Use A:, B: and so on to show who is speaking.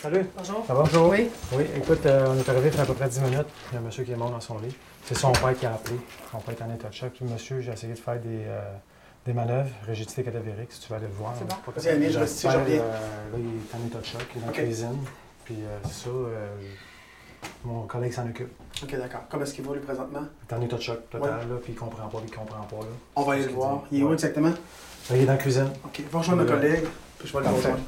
A: Salut.
B: Bonjour.
A: Ça va, Joe?
B: Oui.
A: Oui, écoute, euh, on est arrivé il y a à peu près 10 minutes. Il y a un monsieur qui est mort dans son lit. C'est son père qui a appelé. Son père est en état de choc. Puis, monsieur, j'ai essayé de faire des, euh, des manœuvres. Rigidité cadavérique, si tu veux aller le voir.
B: C'est bon.
A: Pas que-
C: Vas-y, Amine, je reste ici, je
A: J'espère,
C: reviens.
A: euh, là, il est en état de choc. Il est dans
C: Ok.
A: la cuisine. Puis, euh, c'est ça, euh, je- mon collègue s'en occupe.
C: Ok, d'accord. Comment est-ce qu'il va, lui, présentement?
A: Il est en état de choc total, là, puis il comprend pas, puis il comprend pas. Là.
C: On va aller le voir. Il est où
A: Ouais.
C: exactement?
A: Là, il est dans la cuisine.
C: Ok, va rejoindre
A: Ouais.
C: mon collègue, puis je vais le
A: Parfait.
C: rejoindre.